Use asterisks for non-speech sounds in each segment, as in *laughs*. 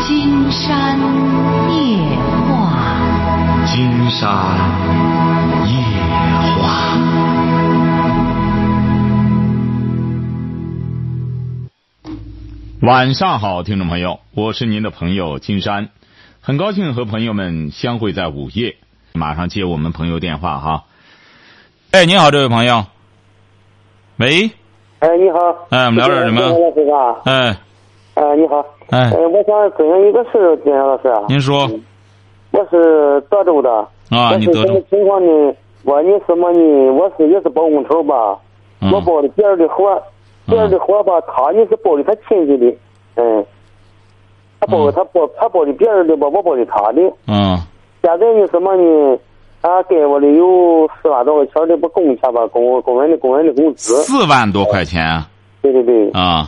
金山夜话，金山夜话。晚上好，听众朋友，我是您的朋友金山，很高兴和朋友们相会在午夜。马上接我们朋友电话哈。哎，你好，这位朋友。喂，哎，你好。哎我们聊点什么老师啊，哎，哎，你好。哎呃我想咨询一个事，金山老师啊。您说我是德州的。啊我你是德州什么情况呢？我呢什么呢？我是也是包工头吧，嗯我包的别人的活，别人的活吧，他呢是包的他亲戚的，嗯。他包嗯他包他包的别人的吧，我包的他的。嗯现在呢什么呢？他给我的有四万多块钱的不工钱吧，工工人的工人的工资。四万多块钱啊对对对。啊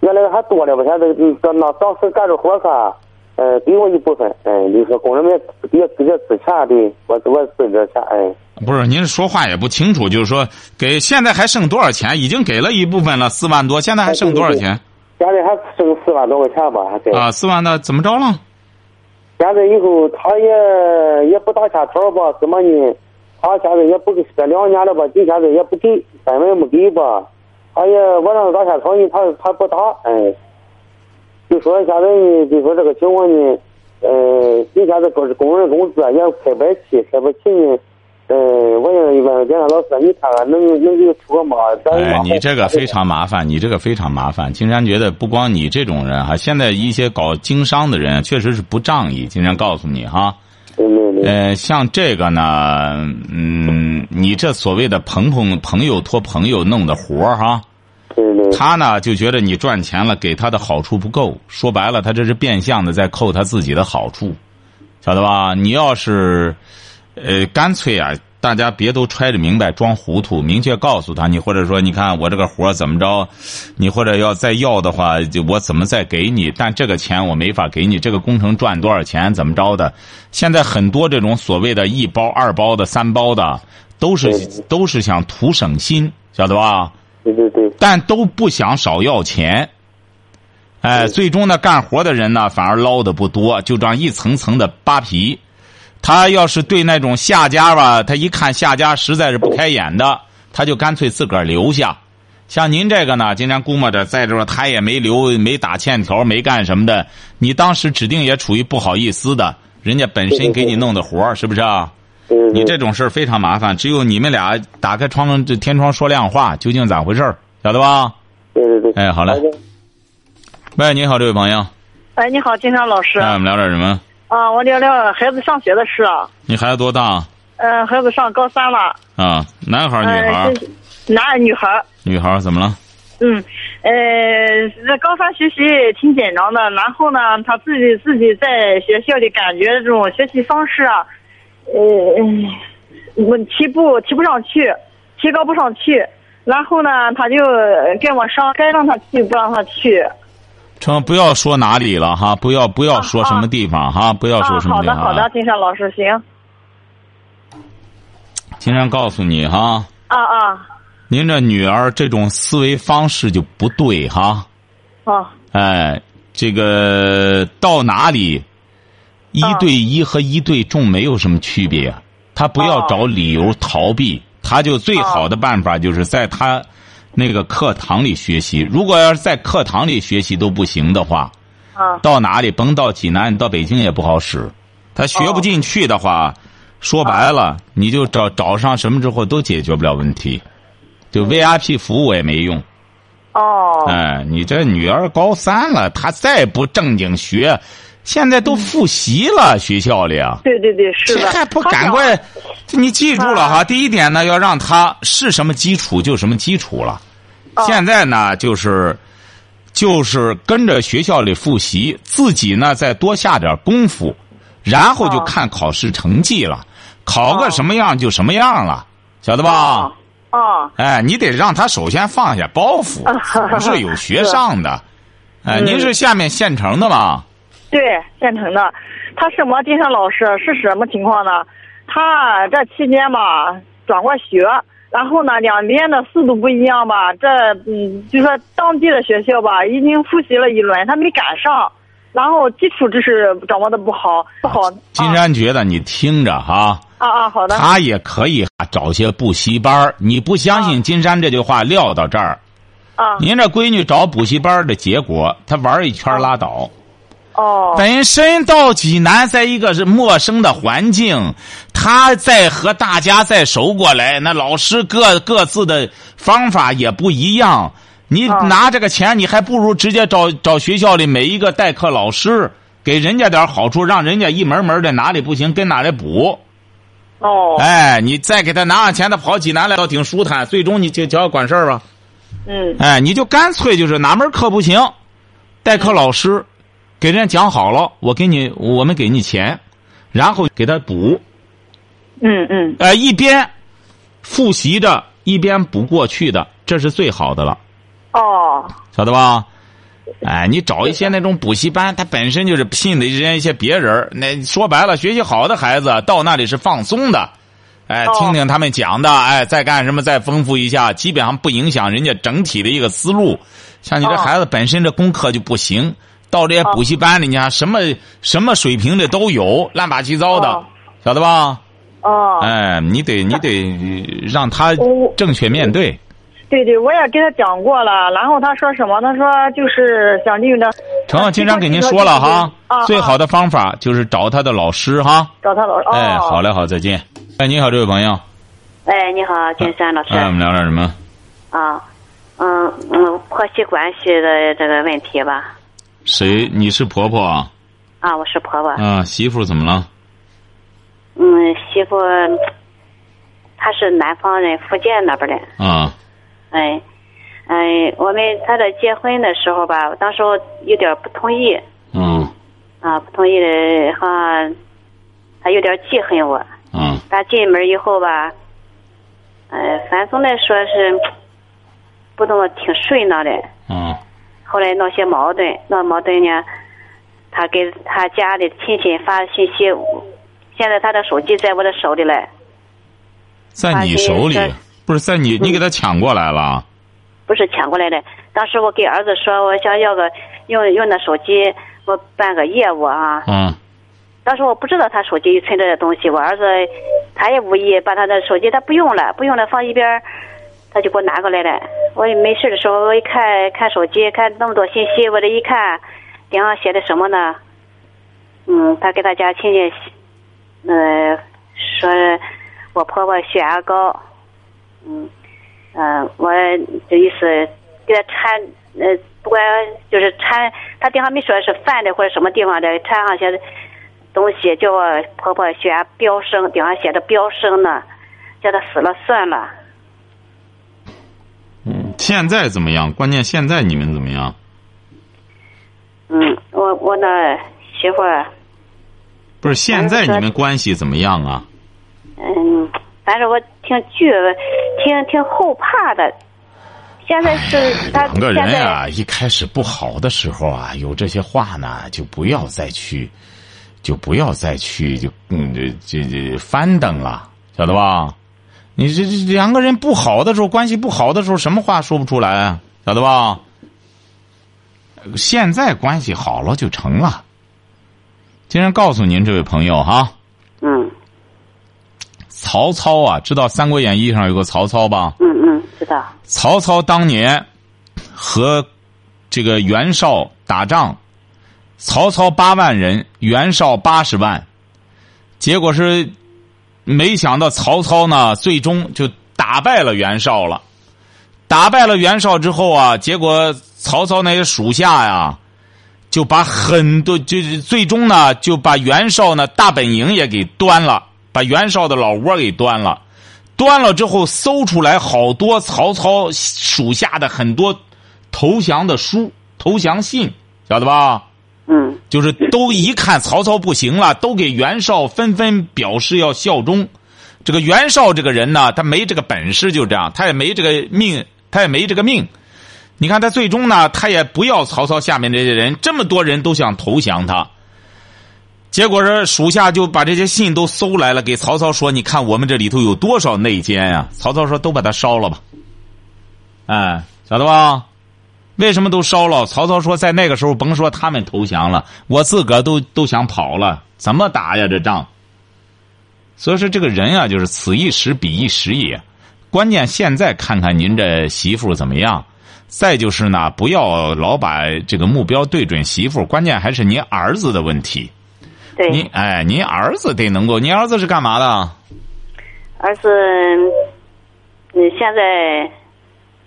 原来还多了吧？现在嗯，当那当时干着活啥，呃，给我一部分，嗯、你说工人们也给这之前的，我我自个儿钱，哎，不是，您说话也不清楚，就是说给现在还剩多少钱？已经给了一部分了，四万多，现在还剩多少钱现在还剩四万多块钱吧，还给。啊？四万的怎么着了？现在以后他也也不打下头吧，什么呢？他现在也不给，这两年了吧，今现在也不给，根本没给吧。他也我让他打下头呢，他他不打，哎。就说现在呢，就说这个情况呢，呃，今现在工工人工资啊也开不起，开不起呢。呃，我也问人家老师，你看看能能给出个嘛？咱哎，往后你这个非常麻烦，你这个非常麻烦。金山觉得不光你这种人哈，啊现在一些搞经商的人确实是不仗义。金山告诉你哈，对对对，呃，像这个呢，嗯，你这所谓的朋朋朋友托朋友弄的活儿哈，对对他呢就觉得你赚钱了，给他的好处不够，说白了，他这是变相的在扣他自己的好处，晓得吧？你要是，呃，干脆啊，大家别都揣着明白装糊涂，明确告诉他，你或者说，你看我这个活儿怎么着，你或者要再要的话，就我怎么再给你？但这个钱我没法给你，这个工程赚多少钱，怎么着的？现在很多这种所谓的一包、二包的、三包的，都是对都是想图省心，晓得吧？对对对，但都不想少要钱。哎，对最终呢，干活的人呢，反而捞的不多，就这样一层层的扒皮。他要是对那种下家吧，他一看下家实在是不开眼的，他就干脆自个儿留下。像您这个呢，今天估摸着再者说他也没留、没打欠条、没干什么的，你当时指定也处于不好意思的，人家本身给你弄的活儿是不是啊？对你对这种事儿非常麻烦，只有你们俩打开窗这天窗说亮话，究竟咋回事儿晓得吧？对对对。哎好嘞的喂，你好，这位朋友，哎，你好，金山老师。哎，我们聊点什么？啊，我聊聊孩子上学的事啊。你孩子多大呃，孩子上高三了。啊？男孩儿、女孩儿呃，？是男女孩儿。女孩儿怎么了？嗯，呃，这高三学习也挺紧张的，然后呢，他自己自己在学校里感觉这种学习方式啊，呃，我提不提不上去，提高不上去。然后呢，他就跟我商，该让他去不让他去。成，不要说哪里了哈，不要不要说什么地方哈，不要啊，说什好么地的方。好的，。金山老师，行。金山告诉你哈，啊啊您这女儿这种思维方式就不对哈。啊哎，这个到哪里，一嗯对一和一对众没有什么区别。啊他不要哦找理由逃避，他就最好的办法就是在他那个课堂里学习。如果要是在课堂里学习都不行的话，啊到哪里甭到济南，你到北京也不好使。他学不进去的话，说白了，你就找找上什么之后都解决不了问题，就 VIP 服务也没用。哦。哎，你这女儿高三了，她再不正经学，现在都复习了学校里啊。对对对，是这的。还不他赶想啊快？你记住了哈，第一点呢，要让她是什么基础就什么基础了。哦现在呢，就是就是跟着学校里复习，自己呢再多下点功夫，然后就哦看考试成绩了，考个哦什么样就什么样了，晓得吧？啊啊哎，你得让他首先放下包袱，不是有学上的。哎，您是下面县城的吗？对，县城的，他什么？金山老师是什么情况呢？他这期间吧，转过学，然后呢，两边的速度不一样吧，这嗯，就说当地的学校吧，已经复习了一轮，他没赶上，然后基础知识掌握的不好，不好。金山觉得你听着哈、啊啊啊，好的，他也可以啊找些补习班儿你不相信金山这句话撂到这儿，啊，您这闺女找补习班儿的结果，她玩一圈儿拉倒。哦，本身到济南，在一个是陌生的环境，他再和大家再熟过来，那老师各各自的方法也不一样。你哦拿这个钱，你还不如直接找找学校里每一个代课老师，给人家点好处，让人家一门门的哪里不行跟哪里补。哦，哎，你再给他拿上钱，他跑济南来倒挺舒坦。最终你就就要管事儿吧。嗯，哎，你就干脆就是哪门课不行，代课老师给人家讲好了，我给你，我们给你钱，然后给他补。嗯嗯，呃，一边复习着，一边补过去的，这是最好的了，哦，晓得吧？哎，你找一些那种补习班，它本身就是聘的人家一些别人儿那说白了，学习好的孩子到那里是放松的，哎，哦听听他们讲的，哎，再干什么，再丰富一下，基本上不影响人家整体的一个思路。像你这哦孩子本身这功课就不行，到这些哦补习班里，你看什么什么水平的都有，乱八七糟的哦，晓得吧？哦，哎，你得你得让他我正确面对。对对，我也跟他讲过了，然后他说什么？他说就是想利用着，成啊，啊经常给您说了哈啊啊，最好的方法就是找他的老师哈。找他老师。哦、哎，好，嘞，好，再见。哎，你好，这位朋友，哎，你好，金山老师。哎，我们聊点什么？啊，嗯嗯，婆媳关系的这个问题吧。谁？你是婆婆啊？啊，我是婆婆。啊，媳妇怎么了？嗯，媳妇，她是南方人，福建那边的。啊，哎，哎，我们她在结婚的时候吧，当时我有点不同意嗯，啊，不同意的哈，她有点记恨我。啊，她进门以后吧，呃，反正总的说是不怎么挺顺当的。啊，后来闹些矛盾，闹矛盾呢，他给他家里亲戚发信息，现在他的手机在我的手里嘞，在你手里啊这，不是在你，你给他抢过来了。不是抢过来的。当时我给儿子说，我想要个用用那手机，我办个业务啊。嗯，当时我不知道他手机存着的东西，我儿子他也无意把他的手机他不用了，不用了放一边儿，他就给我拿过来了。我也没事的时候，我一看看手机，看那么多信息，我这一看，顶上写的什么呢？嗯，他给他家亲戚，呃，说我婆婆血压高，嗯，嗯、我这意思给他掺，呃，不管就是掺，他顶上没说是饭的或者什么地方的，掺上些东西，叫我婆婆啊血压飙升，顶上写着飙升呢，叫她死了算了。现在怎么样？关键现在你们怎么样？嗯，我我那媳妇儿，不是现在你们关系怎么样啊？嗯，反正我挺惧，挺挺后怕的。现在是她两个现人在呀、一开始不好的时候啊，有这些话呢，就不要再去，就不要再去，就嗯，这这这翻腾了，晓得吧？你这这两个人不好的时候，关系不好的时候，什么话说不出来啊，晓得吧？现在关系好了就成了。今天告诉您这位朋友哈、嗯曹操啊，知道《三国演义》上有个曹操吧？嗯嗯，知道。曹操当年和这个袁绍打仗，曹操八万人，袁绍八十万，结果是没想到曹操呢，最终就打败了袁绍了。打败了袁绍之后啊，结果曹操那些属下呀，啊就把很多就是最终呢，就把袁绍呢大本营也给端了，把袁绍的老窝给端了。端了之后，搜出来好多曹操属下的很多投降的书、投降信，晓得吧？嗯就是都一看曹操不行了，都给袁绍纷纷表示要效忠。这个袁绍这个人呢，他没这个本事，就这样，他也没这个命，他也没这个命。你看他最终呢，他也不要曹操下面这些人，这么多人都想投降他。结果是属下就把这些信都搜来了，给曹操说：“你看我们这里头有多少啊内奸呀、曹操说：“都把它烧了吧。”哎，晓得吧？为什么都烧了？曹操说，在那个时候，甭说他们投降了，我自个儿都都想跑了，怎么打呀这仗？所以说，这个人啊，就是此一时彼一时也。关键现在看看您这媳妇怎么样。再就是呢，不要老把这个目标对准媳妇，关键还是您儿子的问题。您对，哎，您儿子得能够，您儿子是干嘛的？儿子，嗯，现在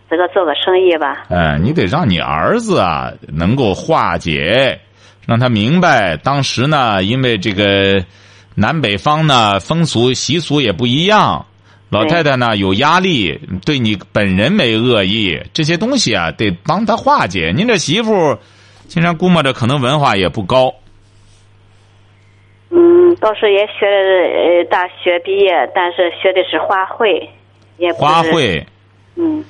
这个做个生意吧，哎，你得让你儿子啊能够化解，让他明白当时呢，因为这个南北方呢风俗习俗也不一样，老对太太呢有压力，对你本人没恶意，这些东西啊得帮他化解。您这媳妇经常估摸着可能文化也不高，嗯，倒是也学了呃大学毕业，但是学的是花卉，也不是花，卉。嗯，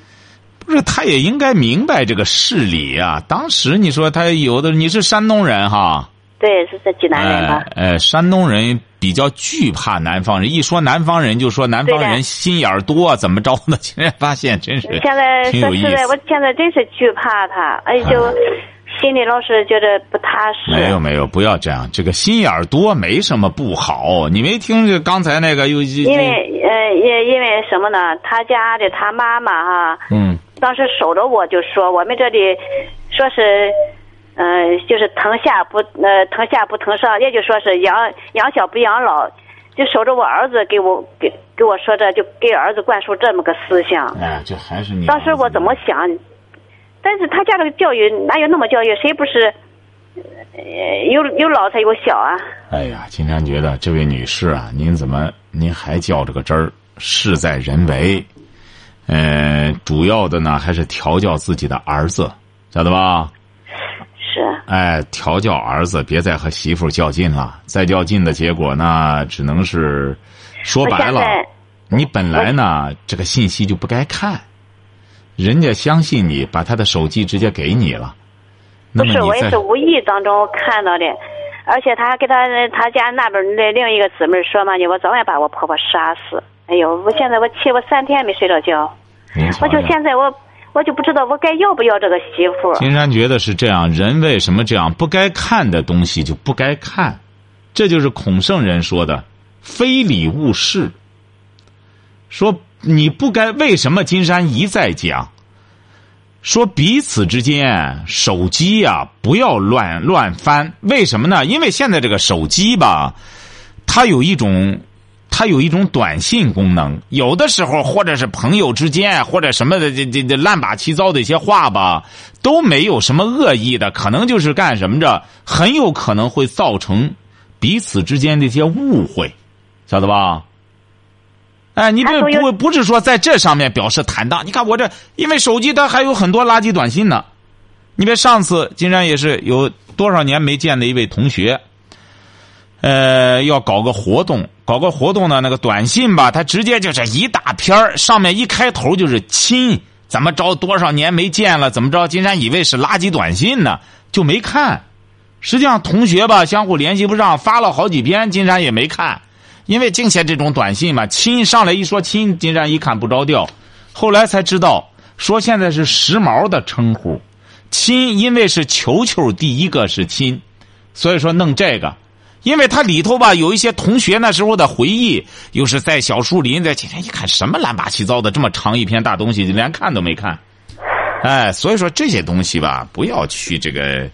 不是，他也应该明白这个事理啊。当时你说他有的，你是山东人哈，对，是这济南人吧哎？哎，山东人比较惧怕南方人，一说南方人就说南方对的人心眼儿多，怎么着的？现在发现真是现在挺说有意实在，我思。现在真是惧怕他，哎，就心里老是觉得不踏实。没有没有，不要这样，这个心眼儿多没什么不好。你没听这刚才那个又因为呃，也因为什么呢？他家的他妈妈哈、嗯当时守着我就说，我们这里说是，呃，就是疼下不呃疼下不疼上，也就说是养养小不养老，就守着我儿子给我给给我说这就给儿子灌输这么个思想。哎，这还是你当时我怎么想？但是他家的教育哪有那么教育？谁不是，呃，有有老才有小啊？哎呀，经常觉得这位女士啊，您怎么您还较这个真儿？事在人为，呃，主要的呢还是调教自己的儿子，晓得吧？是，哎，调教儿子，别再和媳妇儿较劲了。再较劲的结果呢，只能是说白我了现，在你本来呢这个信息就不该看，人家相信你，把他的手机直接给你了。那不么是，我你也再是无意当中看到的，而且他还跟他他家那边儿的另一个姊妹说嘛，你我早晚把我婆婆杀死。哎呦，我现在我气，我三天没睡着觉，您瞧我就瞧现在我我就不知道我该要不要这个媳妇儿。金山觉得是这样，人为什么这样？不该看的东西就不该看，这就是孔圣人说的“非礼勿视”。说你不该，为什么金山一再讲？说彼此之间手机呀、不要乱乱翻。为什么呢？因为现在这个手机吧，它有一种它有一种短信功能，有的时候或者是朋友之间啊或者什么的这这这乱八七糟的一些话吧，都没有什么恶意的，可能就是干什么着，很有可能会造成彼此之间的一些误会，晓得吧？哎，你这他都不有不是说在这上面表示坦荡？你看我这，因为手机它还有很多垃圾短信呢。你别上次竟然也是有多少年没见的一位同学，呃，要搞个活动，搞个活动呢，那个短信吧，它直接就是一大篇儿上面一开头就是亲，怎么着多少年没见了，怎么着，金山以为是垃圾短信呢，就没看。实际上，同学吧相互联系不上，发了好几篇，金山也没看，因为净写这种短信嘛，亲上来一说亲，金山一看不着调，后来才知道说现在是时髦的称呼，亲，因为是球球第一个是亲，所以说弄这个。因为它里头吧有一些同学那时候的回忆，又是在小树林，在前天一看什么乱八七糟的这么长一篇大东西，连看都没看。哎，所以说这些东西吧，不要去这个，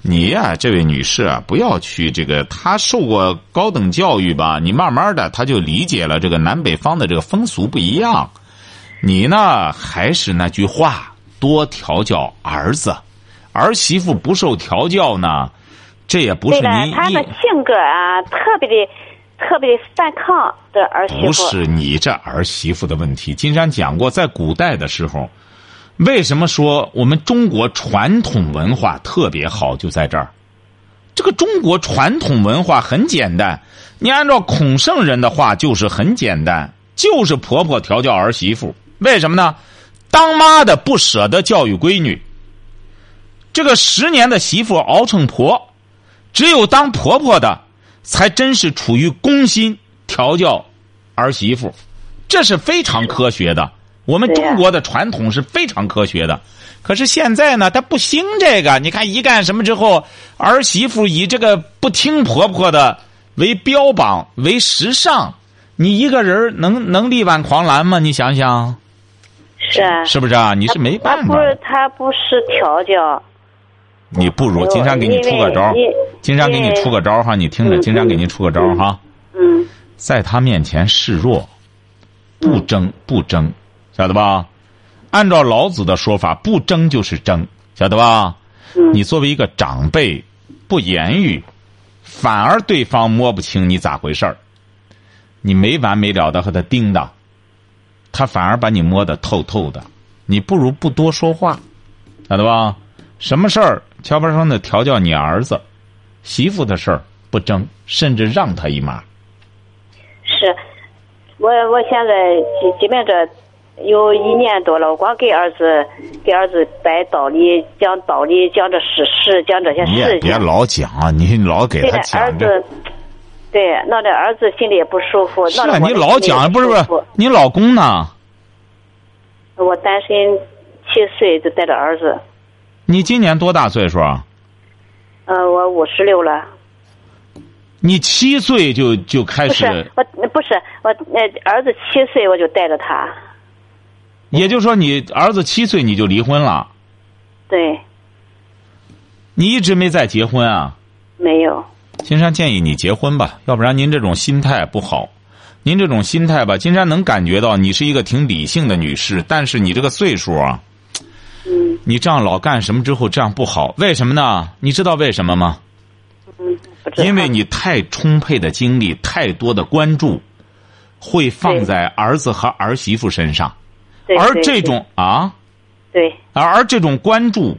你呀、这位女士啊，不要去这个，她受过高等教育吧，你慢慢的她就理解了这个南北方的这个风俗不一样。你呢，还是那句话，多调教儿子，儿媳妇不受调教呢，这也不是对了您，他一的性格啊，特别的特别的反抗这儿媳不妇。是你这儿媳妇的问题。金山讲过，在古代的时候，为什么说我们中国传统文化特别好，就在这儿。这个中国传统文化很简单，你按照孔圣人的话，就是很简单，就是婆婆调教儿媳妇。为什么呢？当妈的不舍得教育闺女，这个十年的媳妇熬成婆，只有当婆婆的才真是处于攻心调教儿媳妇，这是非常科学的。我们对呀中国的传统是非常科学的，可是现在呢，他不兴这个。你看一干什么之后，儿媳妇以这个不听婆婆的为标榜为时尚，你一个人儿能能力挽狂澜吗？你想想，是啊，是不是啊？你是没他办不法，是他不是调教，你不如金山给你出个招儿因为因为金山给你出个招儿哈，你听着，嗯金山给你出个招儿哈。嗯在他面前示弱，不嗯争不争，晓得吧？按照老子的说法，不争就是争，晓得吧？嗯你作为一个长辈，不言语，反而对方摸不清你咋回事儿，你没完没了的和他叮当，他反而把你摸得透透的，你不如不多说话，晓得吧？什么事儿悄不声的调教你儿子、媳妇的事儿不争，甚至让他一马。是，我我现在疾疾病这有一年多了，我光给儿子给儿子摆道理，讲道理，讲这事实，讲这些你也事别情，老讲，啊你老给对他着儿讲这。子，对，闹得儿子心里也不舒服，是闹得啊，我你的老心里也讲，不是不舒是服，你老公呢？我单身七岁就带着儿子，你今年多大岁数啊？嗯、我五十六了。你七岁就就开不是始，我，不是我，呃，儿子七岁我就带着他，也就是说你儿子七岁你就离婚了，对，你一直没再结婚啊？没有，金山建议你结婚吧，要不然您这种心态不好。您这种心态吧，金山能感觉到你是一个挺理性的女士，但是你这个岁数啊，嗯你这样老干什么之后这样不好，为什么呢？你知道为什么吗？嗯，不知道。因为你太充沛的精力、太多的关注，会放在儿子和儿媳妇身上，对而对这种啊，对而而这种关注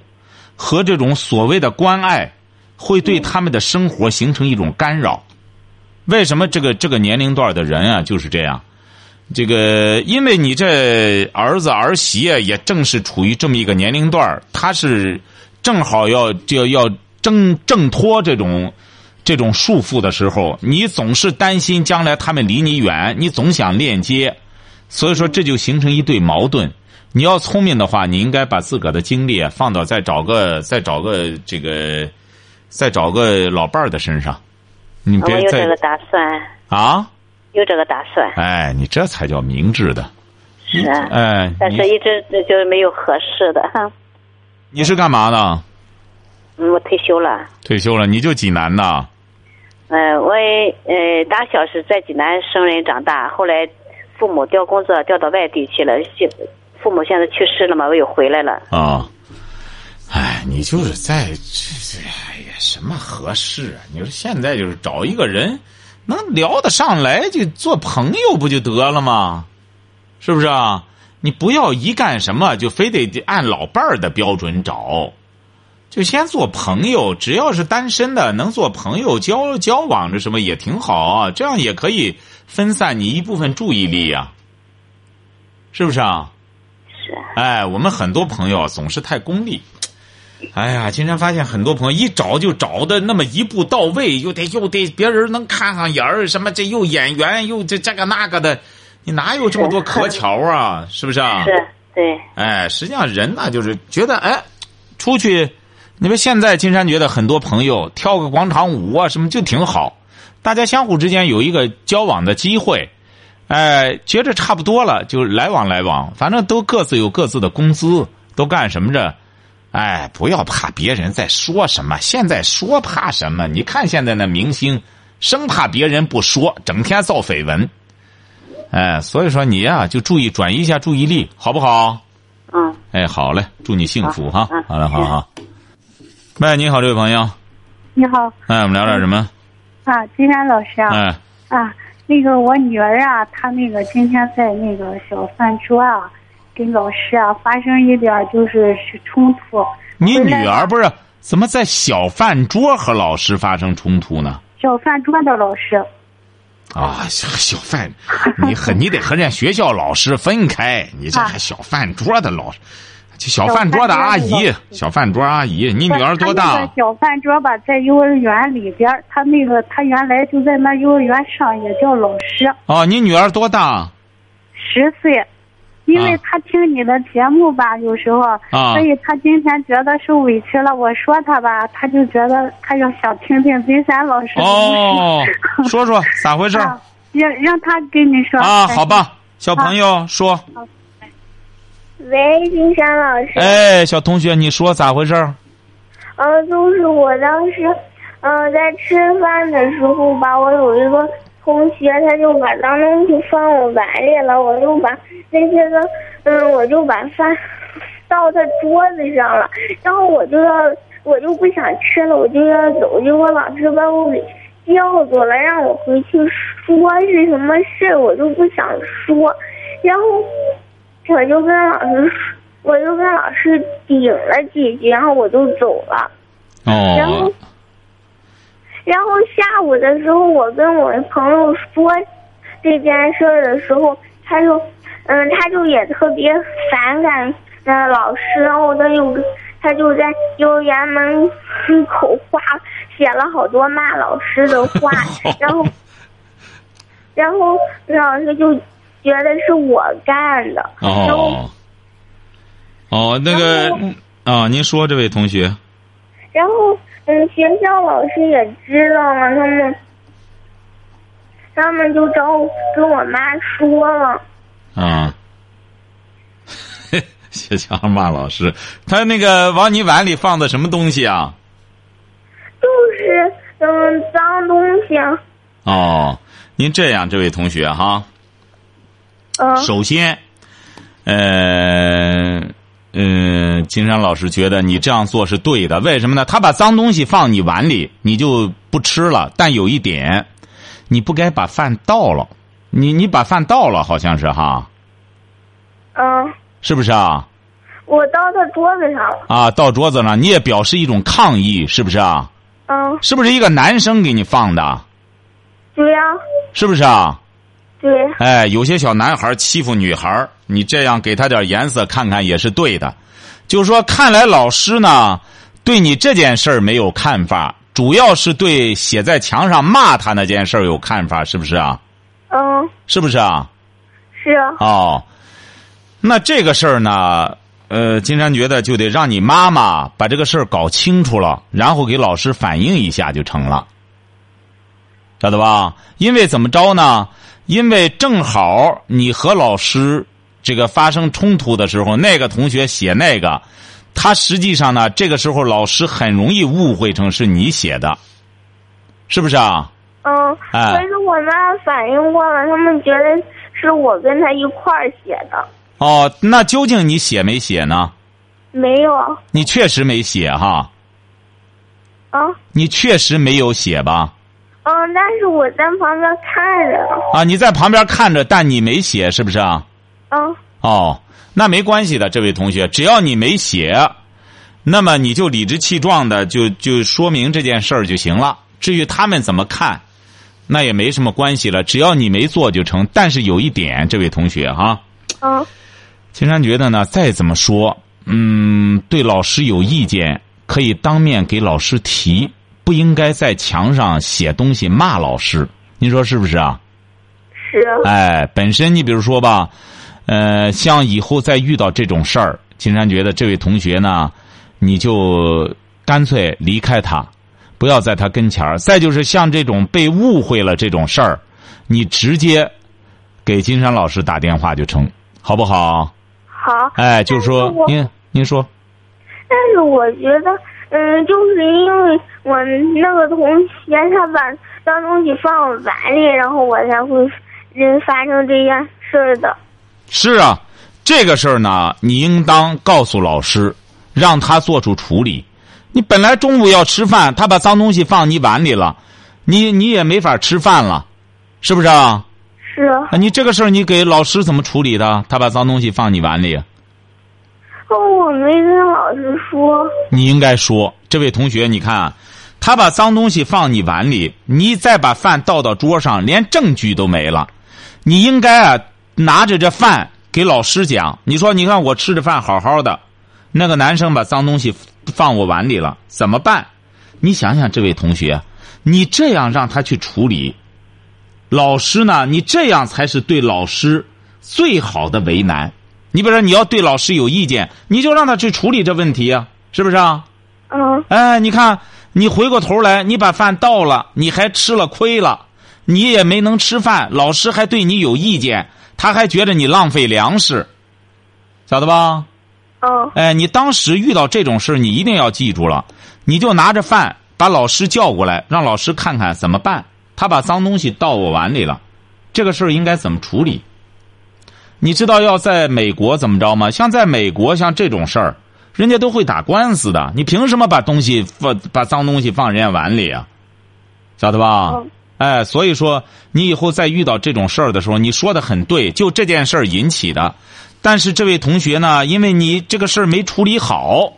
和这种所谓的关爱，会嗯对他们的生活形成一种干扰。为什么这个这个年龄段的人啊就是这样？这个，因为你这儿子儿媳啊，也正是处于这么一个年龄段儿他是正好要就要挣挣脱这种这种束缚的时候，你总是担心将来他们离你远，你总想链接，所以说这就形成一对矛盾。你要聪明的话，你应该把自个儿的精力啊放到再找个再找个这个再找个老伴儿的身上，你我别有再这个打算，啊！有这个打算，哎，你这才叫明智的。是啊，哎，但你是一直就是没有合适的。哈你是干嘛的？嗯，我退休了，退休了，你就济南的？嗯、我也呃打小是在济南生人长大，后来父母调工作调到外地去了，现父母现在去世了嘛，我又回来了。啊，哎，你就是在这，这哎呀，什么合适啊？你说现在就是找一个人能聊得上来，就做朋友不就得了吗？是不是啊？你不要一干什么就非得按老伴儿的标准找，就先做朋友。只要是单身的，能做朋友交交往着什么也挺好啊，这样也可以分散你一部分注意力呀、是不是啊？是啊，哎，我们很多朋友总是太功利。哎呀，经常发现很多朋友一找就找的那么一步到位，又得又得别人能看上眼儿，什么这又演员又这这个那个的，你哪有这么 *laughs* 多可巧啊？是不是啊？是，对，哎，实际上人呢，就是觉得哎，出去，你们现在金山觉得很多朋友跳个广场舞啊什么就挺好，大家相互之间有一个交往的机会，哎，觉着差不多了就来往来往，反正都各自有各自的工资，都干什么着？哎，不要怕别人在说什么，现在说怕什么？你看现在那明星，生怕别人不说，整天造绯闻。哎，所以说你呀、就注意转移一下注意力，好不好？嗯，哎，好嘞，祝你幸福哈好嗯！好嘞，好好。喂，你好，这位朋友，你好哎，我们聊点什么？啊，金山老师啊、哎，啊，那个我女儿啊，她那个今天在那个小饭桌啊，跟老师啊发生一点儿就是是冲突。你回女来儿不是怎么在小饭桌和老师发生冲突呢？小饭桌的老师，啊，小小饭，你和你得和人家学校老师分开，你这啊还小饭桌的老师，这小饭桌的阿姨，小饭桌阿姨，你女儿多她那大个？小饭桌吧，在幼儿园里边儿，她那个她原来就在那幼儿园上，也叫老师，哦，你女儿多大？十岁。因为他听你的节目吧，有时候，啊所以他今天觉得受委屈了。我说他吧，他就觉得他要想听听金山老师的哦， *laughs* 说说咋回事事儿啊让让他跟你说哎啊？好，吧，小朋友说，喂，金山老师，哎，小同学，你说咋回事儿？呃，就是我当时，嗯、在吃饭的时候吧，我有一个同学，他就把脏东西放我碗里了，我就把那些个，嗯，我就把饭倒他桌子上了，然后我就要，我就不想吃了，我就要走，结果老师把我给叫住了，让我回去说是什么事，我就不想说，然后我就跟老师说。我就跟老师顶了几句，然后我就走了。然后哦，，，然后下午的时候，我跟我朋友说这件事儿的时候，他就，嗯，他就也特别反感那老师，然后他就，他就在幼儿园门口画写了好多骂老师的话 *laughs* 然后，然后老师就觉得是我干的，然后哦，哦，那个然后啊，您说这位同学，然后，嗯，学校老师也知道了，他们，他们就找我跟我妈说了。啊， *laughs* 谢强骂老师，他那个往你碗里放的什么东西啊？就是嗯，脏东西，啊哦，您这样，这位同学哈，嗯、首先，呃，呃，金山老师觉得你这样做是对的，为什么呢？他把脏东西放你碗里，你就不吃了。但有一点，你不该把饭倒了。你你把饭倒了，好像是哈，嗯、是不是啊？我倒到桌子上了，啊，到桌子上，你也表示一种抗议，是不是啊？嗯、是不是一个男生给你放的？对呀、是不是啊？对， *laughs* 哎，有些小男孩欺负女孩儿，你这样给他点颜色看看也是对的。就是说，看来老师呢对你这件事儿没有看法，主要是对写在墙上骂他那件事儿有看法，是不是啊？嗯、是不是啊？是啊，哦，那这个事儿呢，呃，金山觉得就得让你妈妈把这个事儿搞清楚了，然后给老师反映一下就成了，晓得吧？因为怎么着呢？因为正好你和老师这个发生冲突的时候，那个同学写那个，他实际上呢，这个时候老师很容易误会成是你写的，是不是啊？嗯、哎可是我妈反应过了，他们觉得是我跟他一块儿写的，哦，那究竟你写没写呢？没有你确实没写哈。啊，你确实没有写吧？嗯、但是我在旁边看着呢，啊，你在旁边看着，但你没写，是不是啊？嗯、哦，那没关系的，这位同学，只要你没写，那么你就理直气壮的就就说明这件事儿就行了。至于他们怎么看，那也没什么关系了，只要你没做就成。但是有一点，这位同学哈、嗯、青山觉得呢，再怎么说，嗯，对老师有意见，可以当面给老师提，不应该在墙上写东西骂老师。您说是不是啊？是啊，哎，本身你比如说吧，呃，像以后再遇到这种事儿，金山觉得这位同学呢，你就干脆离开他，不要在他跟前儿。再就是像这种被误会了这种事儿，你直接给金山老师打电话就成，好不好？好，哎，就是说但是我您您说但是我觉得，嗯，就是因为我那个同学他把脏东西放我碗里，然后我才会嗯发生这件事儿的。是啊，这个事儿呢，你应当告诉老师，让他做出处理。你本来中午要吃饭，他把脏东西放你碗里了，你你也没法吃饭了，是不是啊？是啊，啊你这个事儿你给老师怎么处理的？他把脏东西放你碗里，哦，我没跟老师说。你应该说，这位同学，你看啊，他把脏东西放你碗里，你再把饭倒到桌上，连证据都没了。你应该啊，拿着这饭给老师讲，你说，你看我吃着饭好好的，那个男生把脏东西放我碗里了，怎么办？你想想，这位同学，你这样让他去处理，老师呢，你这样才是对老师最好的为难。你比如说，你要对老师有意见，你就让他去处理这问题呀、是不是啊？嗯哎，你看，你回过头来，你把饭倒了，你还吃了亏了，你也没能吃饭，老师还对你有意见，他还觉得你浪费粮食，晓得吧？嗯哎，你当时遇到这种事儿，你一定要记住了，你就拿着饭把老师叫过来，让老师看看怎么办。他把脏东西倒我碗里了，这个事儿应该怎么处理？你知道要在美国怎么着吗？像在美国，像这种事儿，人家都会打官司的。你凭什么把东西放把脏东西放人家碗里啊？晓得吧？嗯哎，所以说你以后再遇到这种事儿的时候，你说的很对，就这件事儿引起的。但是这位同学呢，因为你这个事儿没处理好，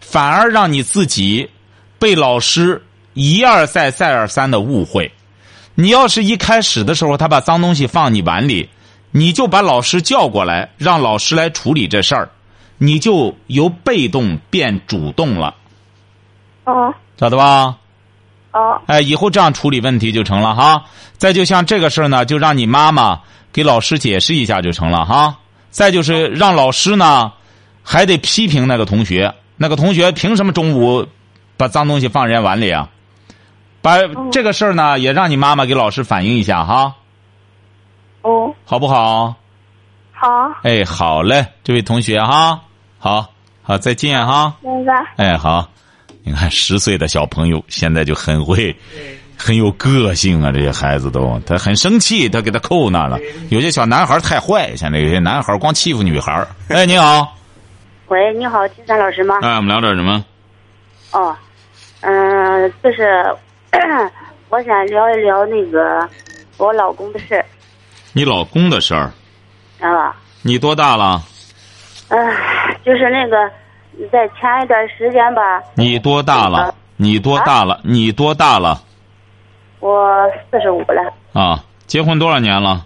反而让你自己被老师一而再、再而三的误会。你要是一开始的时候，他把脏东西放你碗里，你就把老师叫过来，让老师来处理这事儿，你就由被动变主动了，嗯晓得吧？嗯哎，以后这样处理问题就成了哈。再就像这个事儿呢，就让你妈妈给老师解释一下就成了哈。再就是让老师呢，还得批评那个同学，那个同学凭什么中午把脏东西放人家碗里啊？把这个事儿呢，也让你妈妈给老师反映一下哈，哦，好不好？好，哎，好嘞，这位同学哈，好好再见哈。拜拜。哎，好，你看十岁的小朋友现在就很会，很有个性啊！这些孩子都，他很生气，他给他扣那了。有些小男孩太坏，现在有些男孩光欺负女孩儿。哎，你好，喂，你好，金山老师吗？哎，我们聊点什么？哦，嗯、就是我想聊一聊那个我老公的事，你老公的事儿，知道吧？你多大了？嗯、就是那个在前一段时间吧，你多大了？你多大了？你多大了？我四十五了。啊，结婚多少年了？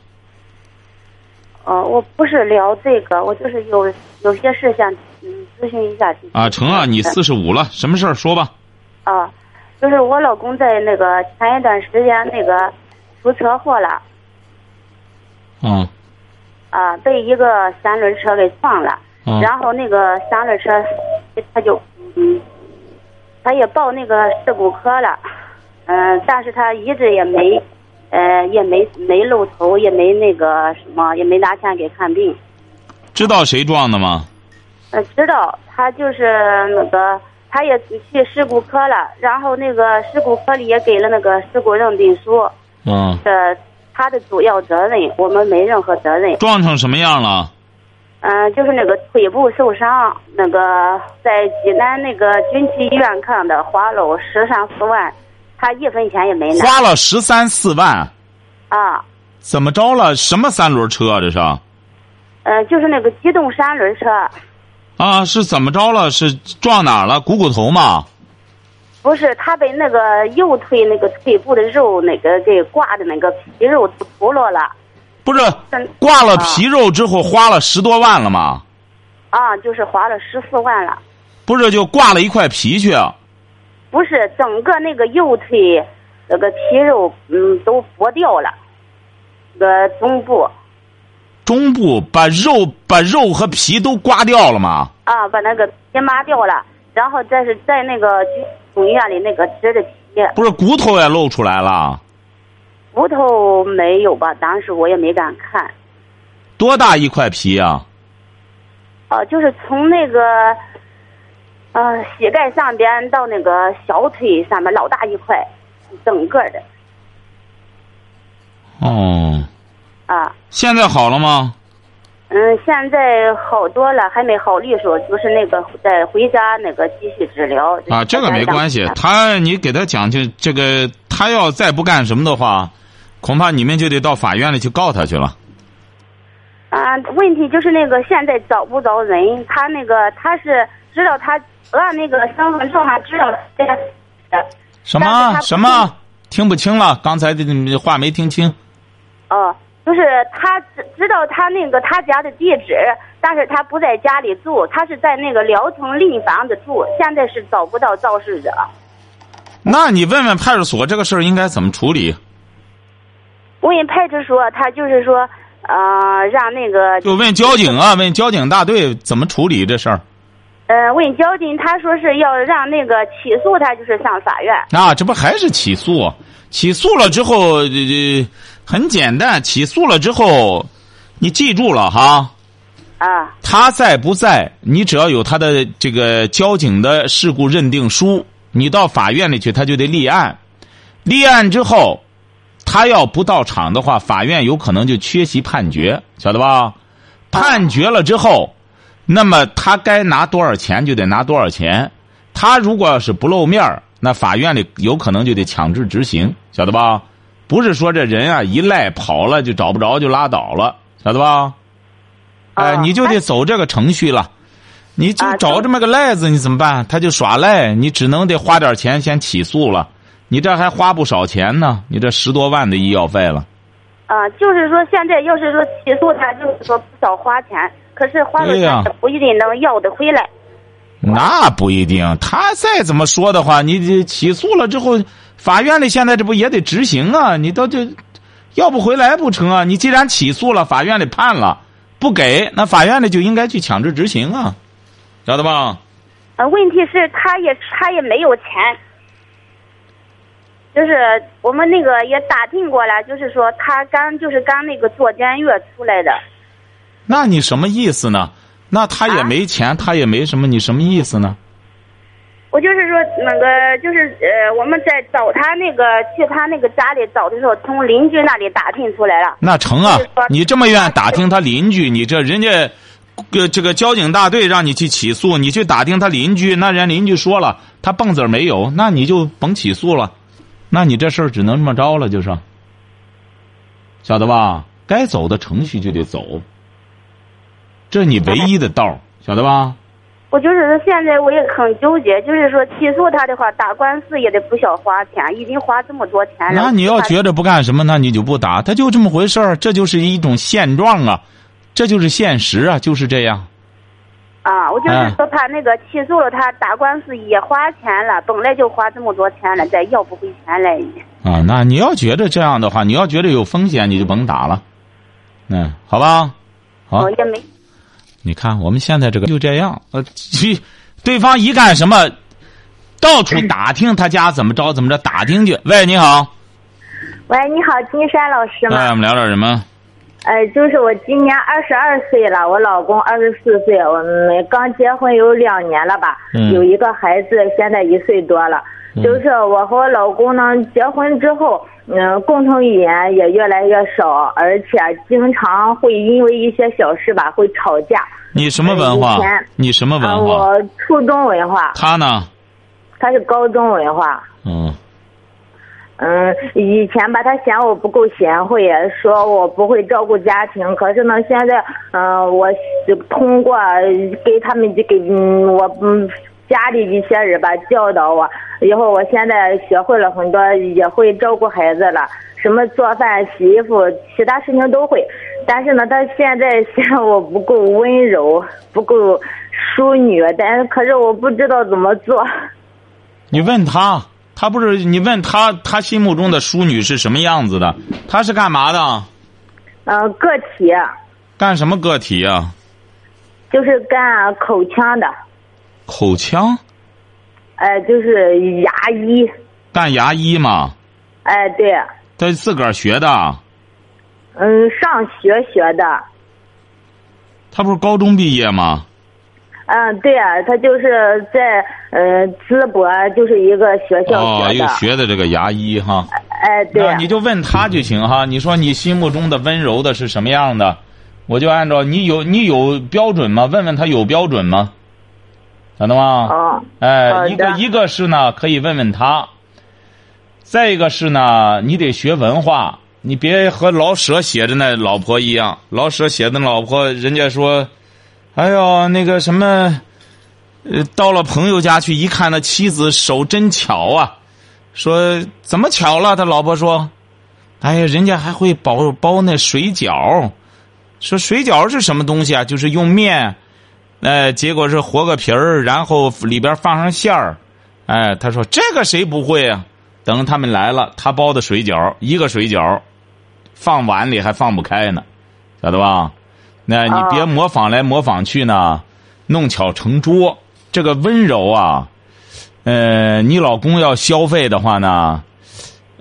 嗯、我不是聊这个，我就是有有些事想嗯咨询一下。呃啊，成啊，你四十五了，什么事儿说吧？啊，就是我老公在那个前一段时间那个出车祸了嗯啊，被一个三轮车给撞了，嗯然后那个三轮车他就嗯，他也报那个事故科了，嗯、但是他一直也没，呃，也没没露头，也没那个什么，也没拿钱给看病。知道谁撞的吗？呃，知道他就是那个，他也去事故科了，然后那个事故科里也给了那个事故认定书，嗯，呃，他的主要责任，我们没任何责任。撞成什么样了？嗯、就是那个腿部受伤，那个在济南那个军区医院看的，花了我十三四万，他一分钱也没拿花了十三四万。啊。怎么着了？什么三轮车啊？这是？呃，就是那个机动三轮车，啊，是怎么着了？是撞哪儿了？股骨头吗？不是他被那个右腿那个腿部的肉那个给挂的那个皮肉都脱落了。不是嗯，挂了皮肉之后花了十多万了吗？啊，就是花了十四万了，不是，就挂了一块皮去。不是整个那个右腿那个皮肉嗯都剥掉了，那个中部中部把肉把肉和皮都刮掉了吗？啊把那个皮麻掉了，然后这是在那个军总医院里那个植的皮，不是，骨头也露出来了。骨头没有吧？当时我也没敢看，多大一块皮啊？啊，就是从那个呃膝盖上边到那个小腿上面老大一块，整个的哦，啊。现在好了吗？嗯，现在好多了，还没好利索，就是那个在回家那个继续治疗。啊，这个没关系。他你给他讲就这个，他要再不干什么的话，恐怕你们就得到法院里去告他去了。啊，问题就是那个现在找不着人，他那个他是知道他按那个身份证上知道这个的，什但是么他不什么？听不清了，刚才的你话没听嗯清。哦、就是他知知道他那个他家的地址，但是他不在家里住，他是在那个聊城另一房子住，现在是找不到肇事者。那你问问派出所这个事儿应该怎么处理？问派出所，他就是说，呃嗯、让那个就问交警啊，问交警大队怎么处理这事儿。呃问交警，他说是要让那个起诉他，就是上法院。啊，这不还是起诉？啊起诉了之后，这、这很简单。起诉了之后，你记住了哈，啊他在不在，你只要有他的这个交警的事故认定书，你到法院里去，他就得立案。立案之后，他要不到场的话，法院有可能就缺席判决，晓得吧？判决了之后，那么他该拿多少钱就得拿多少钱。他如果要是不露面儿那法院里有可能就得强制执行，晓得吧？不是说这人啊一赖跑了就找不着就拉倒了，晓得吧？哎，啊你就得走这个程序了。你就找这么个赖子，你怎么办？他就耍赖，你只能得花点钱先起诉了。你这还花不少钱呢，你这十多万的医药费了。啊、就是说现在要是说起诉他，就是说不少花钱，可是花了对呀钱也不一定能要得回来。那不一定，他再怎么说的话，你这起诉了之后，法院里现在这不也得执行啊？你到这要不回来不成啊？你既然起诉了，法院里判了，不给，那法院里就应该去强制执行啊，晓得吧？呃，问题是他也他也没有钱，就是我们那个也打听过了，就是说他刚就是刚那个坐监狱出来的，那你什么意思呢？那他也没钱，他也没什么，你什么意思呢？我就是说那个就是呃我们在找他那个去他那个家里找的时候，从邻居那里打听出来了，那成啊就是说，你这么愿打听他邻居，你这人家，呃，这个交警大队让你去起诉，你去打听他邻居，那人家邻居说了他蹦子儿没有，那你就甭起诉了，那你这事儿只能这么着了，就是，晓得吧？该走的程序就得走，这你唯一的道儿，晓得吧？我就是说现在我也很纠结，就是说起诉他的话，打官司也得不小花钱，已经花这么多钱了。那你要他觉得不干什么，那你就不打，他就这么回事儿，这就是一种现状啊，这就是现实啊，就是这样。啊，我就哎是说怕那个起诉了他，打官司也花钱了，本来就花这么多钱了，再要不回钱来。啊，那你要觉得这样的话，你要觉得有风险，你就甭打了。嗯，好吧，好我，也没你看我们现在这个就这样，呃，去对方一干什么，到处打听他家怎么着怎么着，打听去。喂，你好，喂，你好，金山老师哎，吗？我们聊点什么？呃，就是我今年二十二岁了，我老公二十四岁，我们刚结婚有两年了吧，嗯有一个孩子，现在一岁多了。嗯就是我和我老公呢，结婚之后，嗯、共同语言也越来越少，而且经常会因为一些小事吧，会吵架。你什么文化哎以前？你什么啊、文化？我初中文化，他呢？他是高中文化。嗯，嗯，以前吧，他嫌我不够贤惠，说我不会照顾家庭。可是呢，现在，嗯、我通过给他们给嗯我嗯家里一些人吧教导我，以后我现在学会了很多，也会照顾孩子了，什么做饭、洗衣服，其他事情都会。但是呢，他现在嫌我不够温柔，不够淑女，但是可是我不知道怎么做。你问他，他不是你问他，他心目中的淑女是什么样子的？他是干嘛的？嗯、个体干什么个体啊？就是干口腔的。口腔？呃，就是牙医，干牙医嘛？哎、对，他自个儿学的，嗯，上学学的，他不是高中毕业吗？嗯，对啊，他就是在呃淄博，就是一个学校哦，学又的，学的这个牙医哈。哎、对那啊，你就问他就行哈。你说你心目中的温柔的是什么样的？我就按照你有你有标准吗？问问他有标准吗？晓得吗？哦，好哎，的一个一个是呢，可以问问他。再一个是呢，你得学文化，你别和老舍写的那老婆一样。老舍写的老婆，人家说，哎呦，那个什么，呃，到了朋友家去一看，那妻子手真巧啊。说怎么巧了？他老婆说，哎呀，人家还会包包那水饺。说水饺是什么东西啊？就是用面，呃，结果是和个皮儿，然后里边放上馅儿。哎，他说这个谁不会啊？等他们来了，他包的水饺一个水饺，放碗里还放不开呢。晓得吧？那你别模仿来模仿去呢，弄巧成拙。这个温柔啊，呃，你老公要消费的话呢，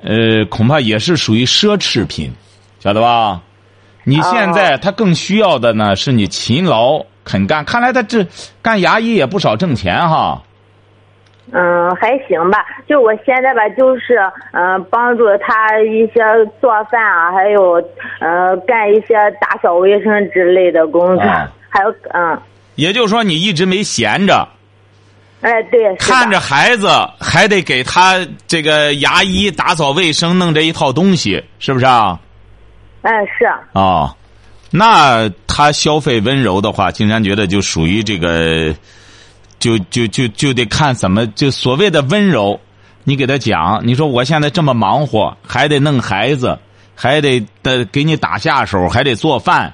呃，恐怕也是属于奢侈品，晓得吧？你现在他更需要的呢是你勤劳肯干。看来他这干牙医也不少挣钱哈。嗯，还行吧。就我现在吧，就是嗯、呃帮助他一些做饭啊，还有呃，干一些打扫卫生之类的工作，啊还有嗯，也就是说，你一直没闲着。哎，对，是的看着孩子还得给他这个牙医打扫卫生弄这一套东西，是不是啊？哎是，哦，那他消费温柔的话，金山觉得就属于这个，就就就就得看怎么就所谓的温柔，你给他讲，你说我现在这么忙活，还得弄孩子，还得得给你打下手，还得做饭，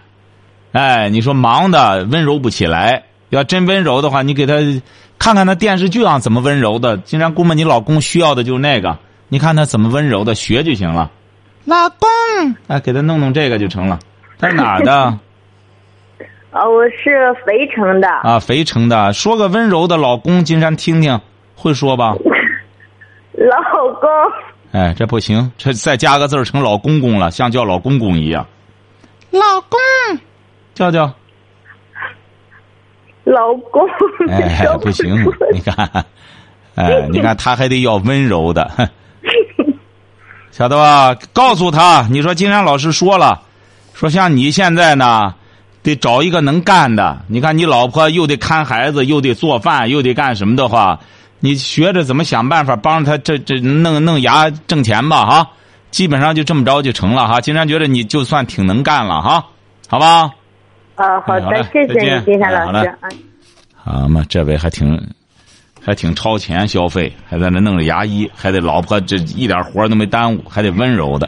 哎，你说忙的温柔不起来。要真温柔的话，你给他看看那电视剧上啊怎么温柔的。金山估摸你老公需要的就是那个，你看他怎么温柔的学就行了。老公，啊，给他弄弄这个就成了。他是哪儿 *laughs* 的呃，我是肥城的，啊？肥城的。说个温柔的老公，金山听听，会说吧？老公，哎，这不行，这再加个字儿成老公公了，像叫老公公一样。老公，叫叫。老公， *laughs* 哎说，不行出，你看，哎，你看他还得要温柔的，哼晓得吧？告诉他，你说金山老师说了，说像你现在呢，得找一个能干的。你看你老婆又得看孩子，又得做饭，又得干什么的话，你学着怎么想办法帮着他这这弄弄牙挣钱吧，哈。基本上就这么着就成了哈。金山觉得你就算挺能干了哈，好吧？呃，好哎好嘞的，谢再谢见你，金山哎好老嘞师啊。啊嘛，这位还挺还挺超前消费，还在那弄着牙医，还得老婆这一点活儿都没耽误，还得温柔的。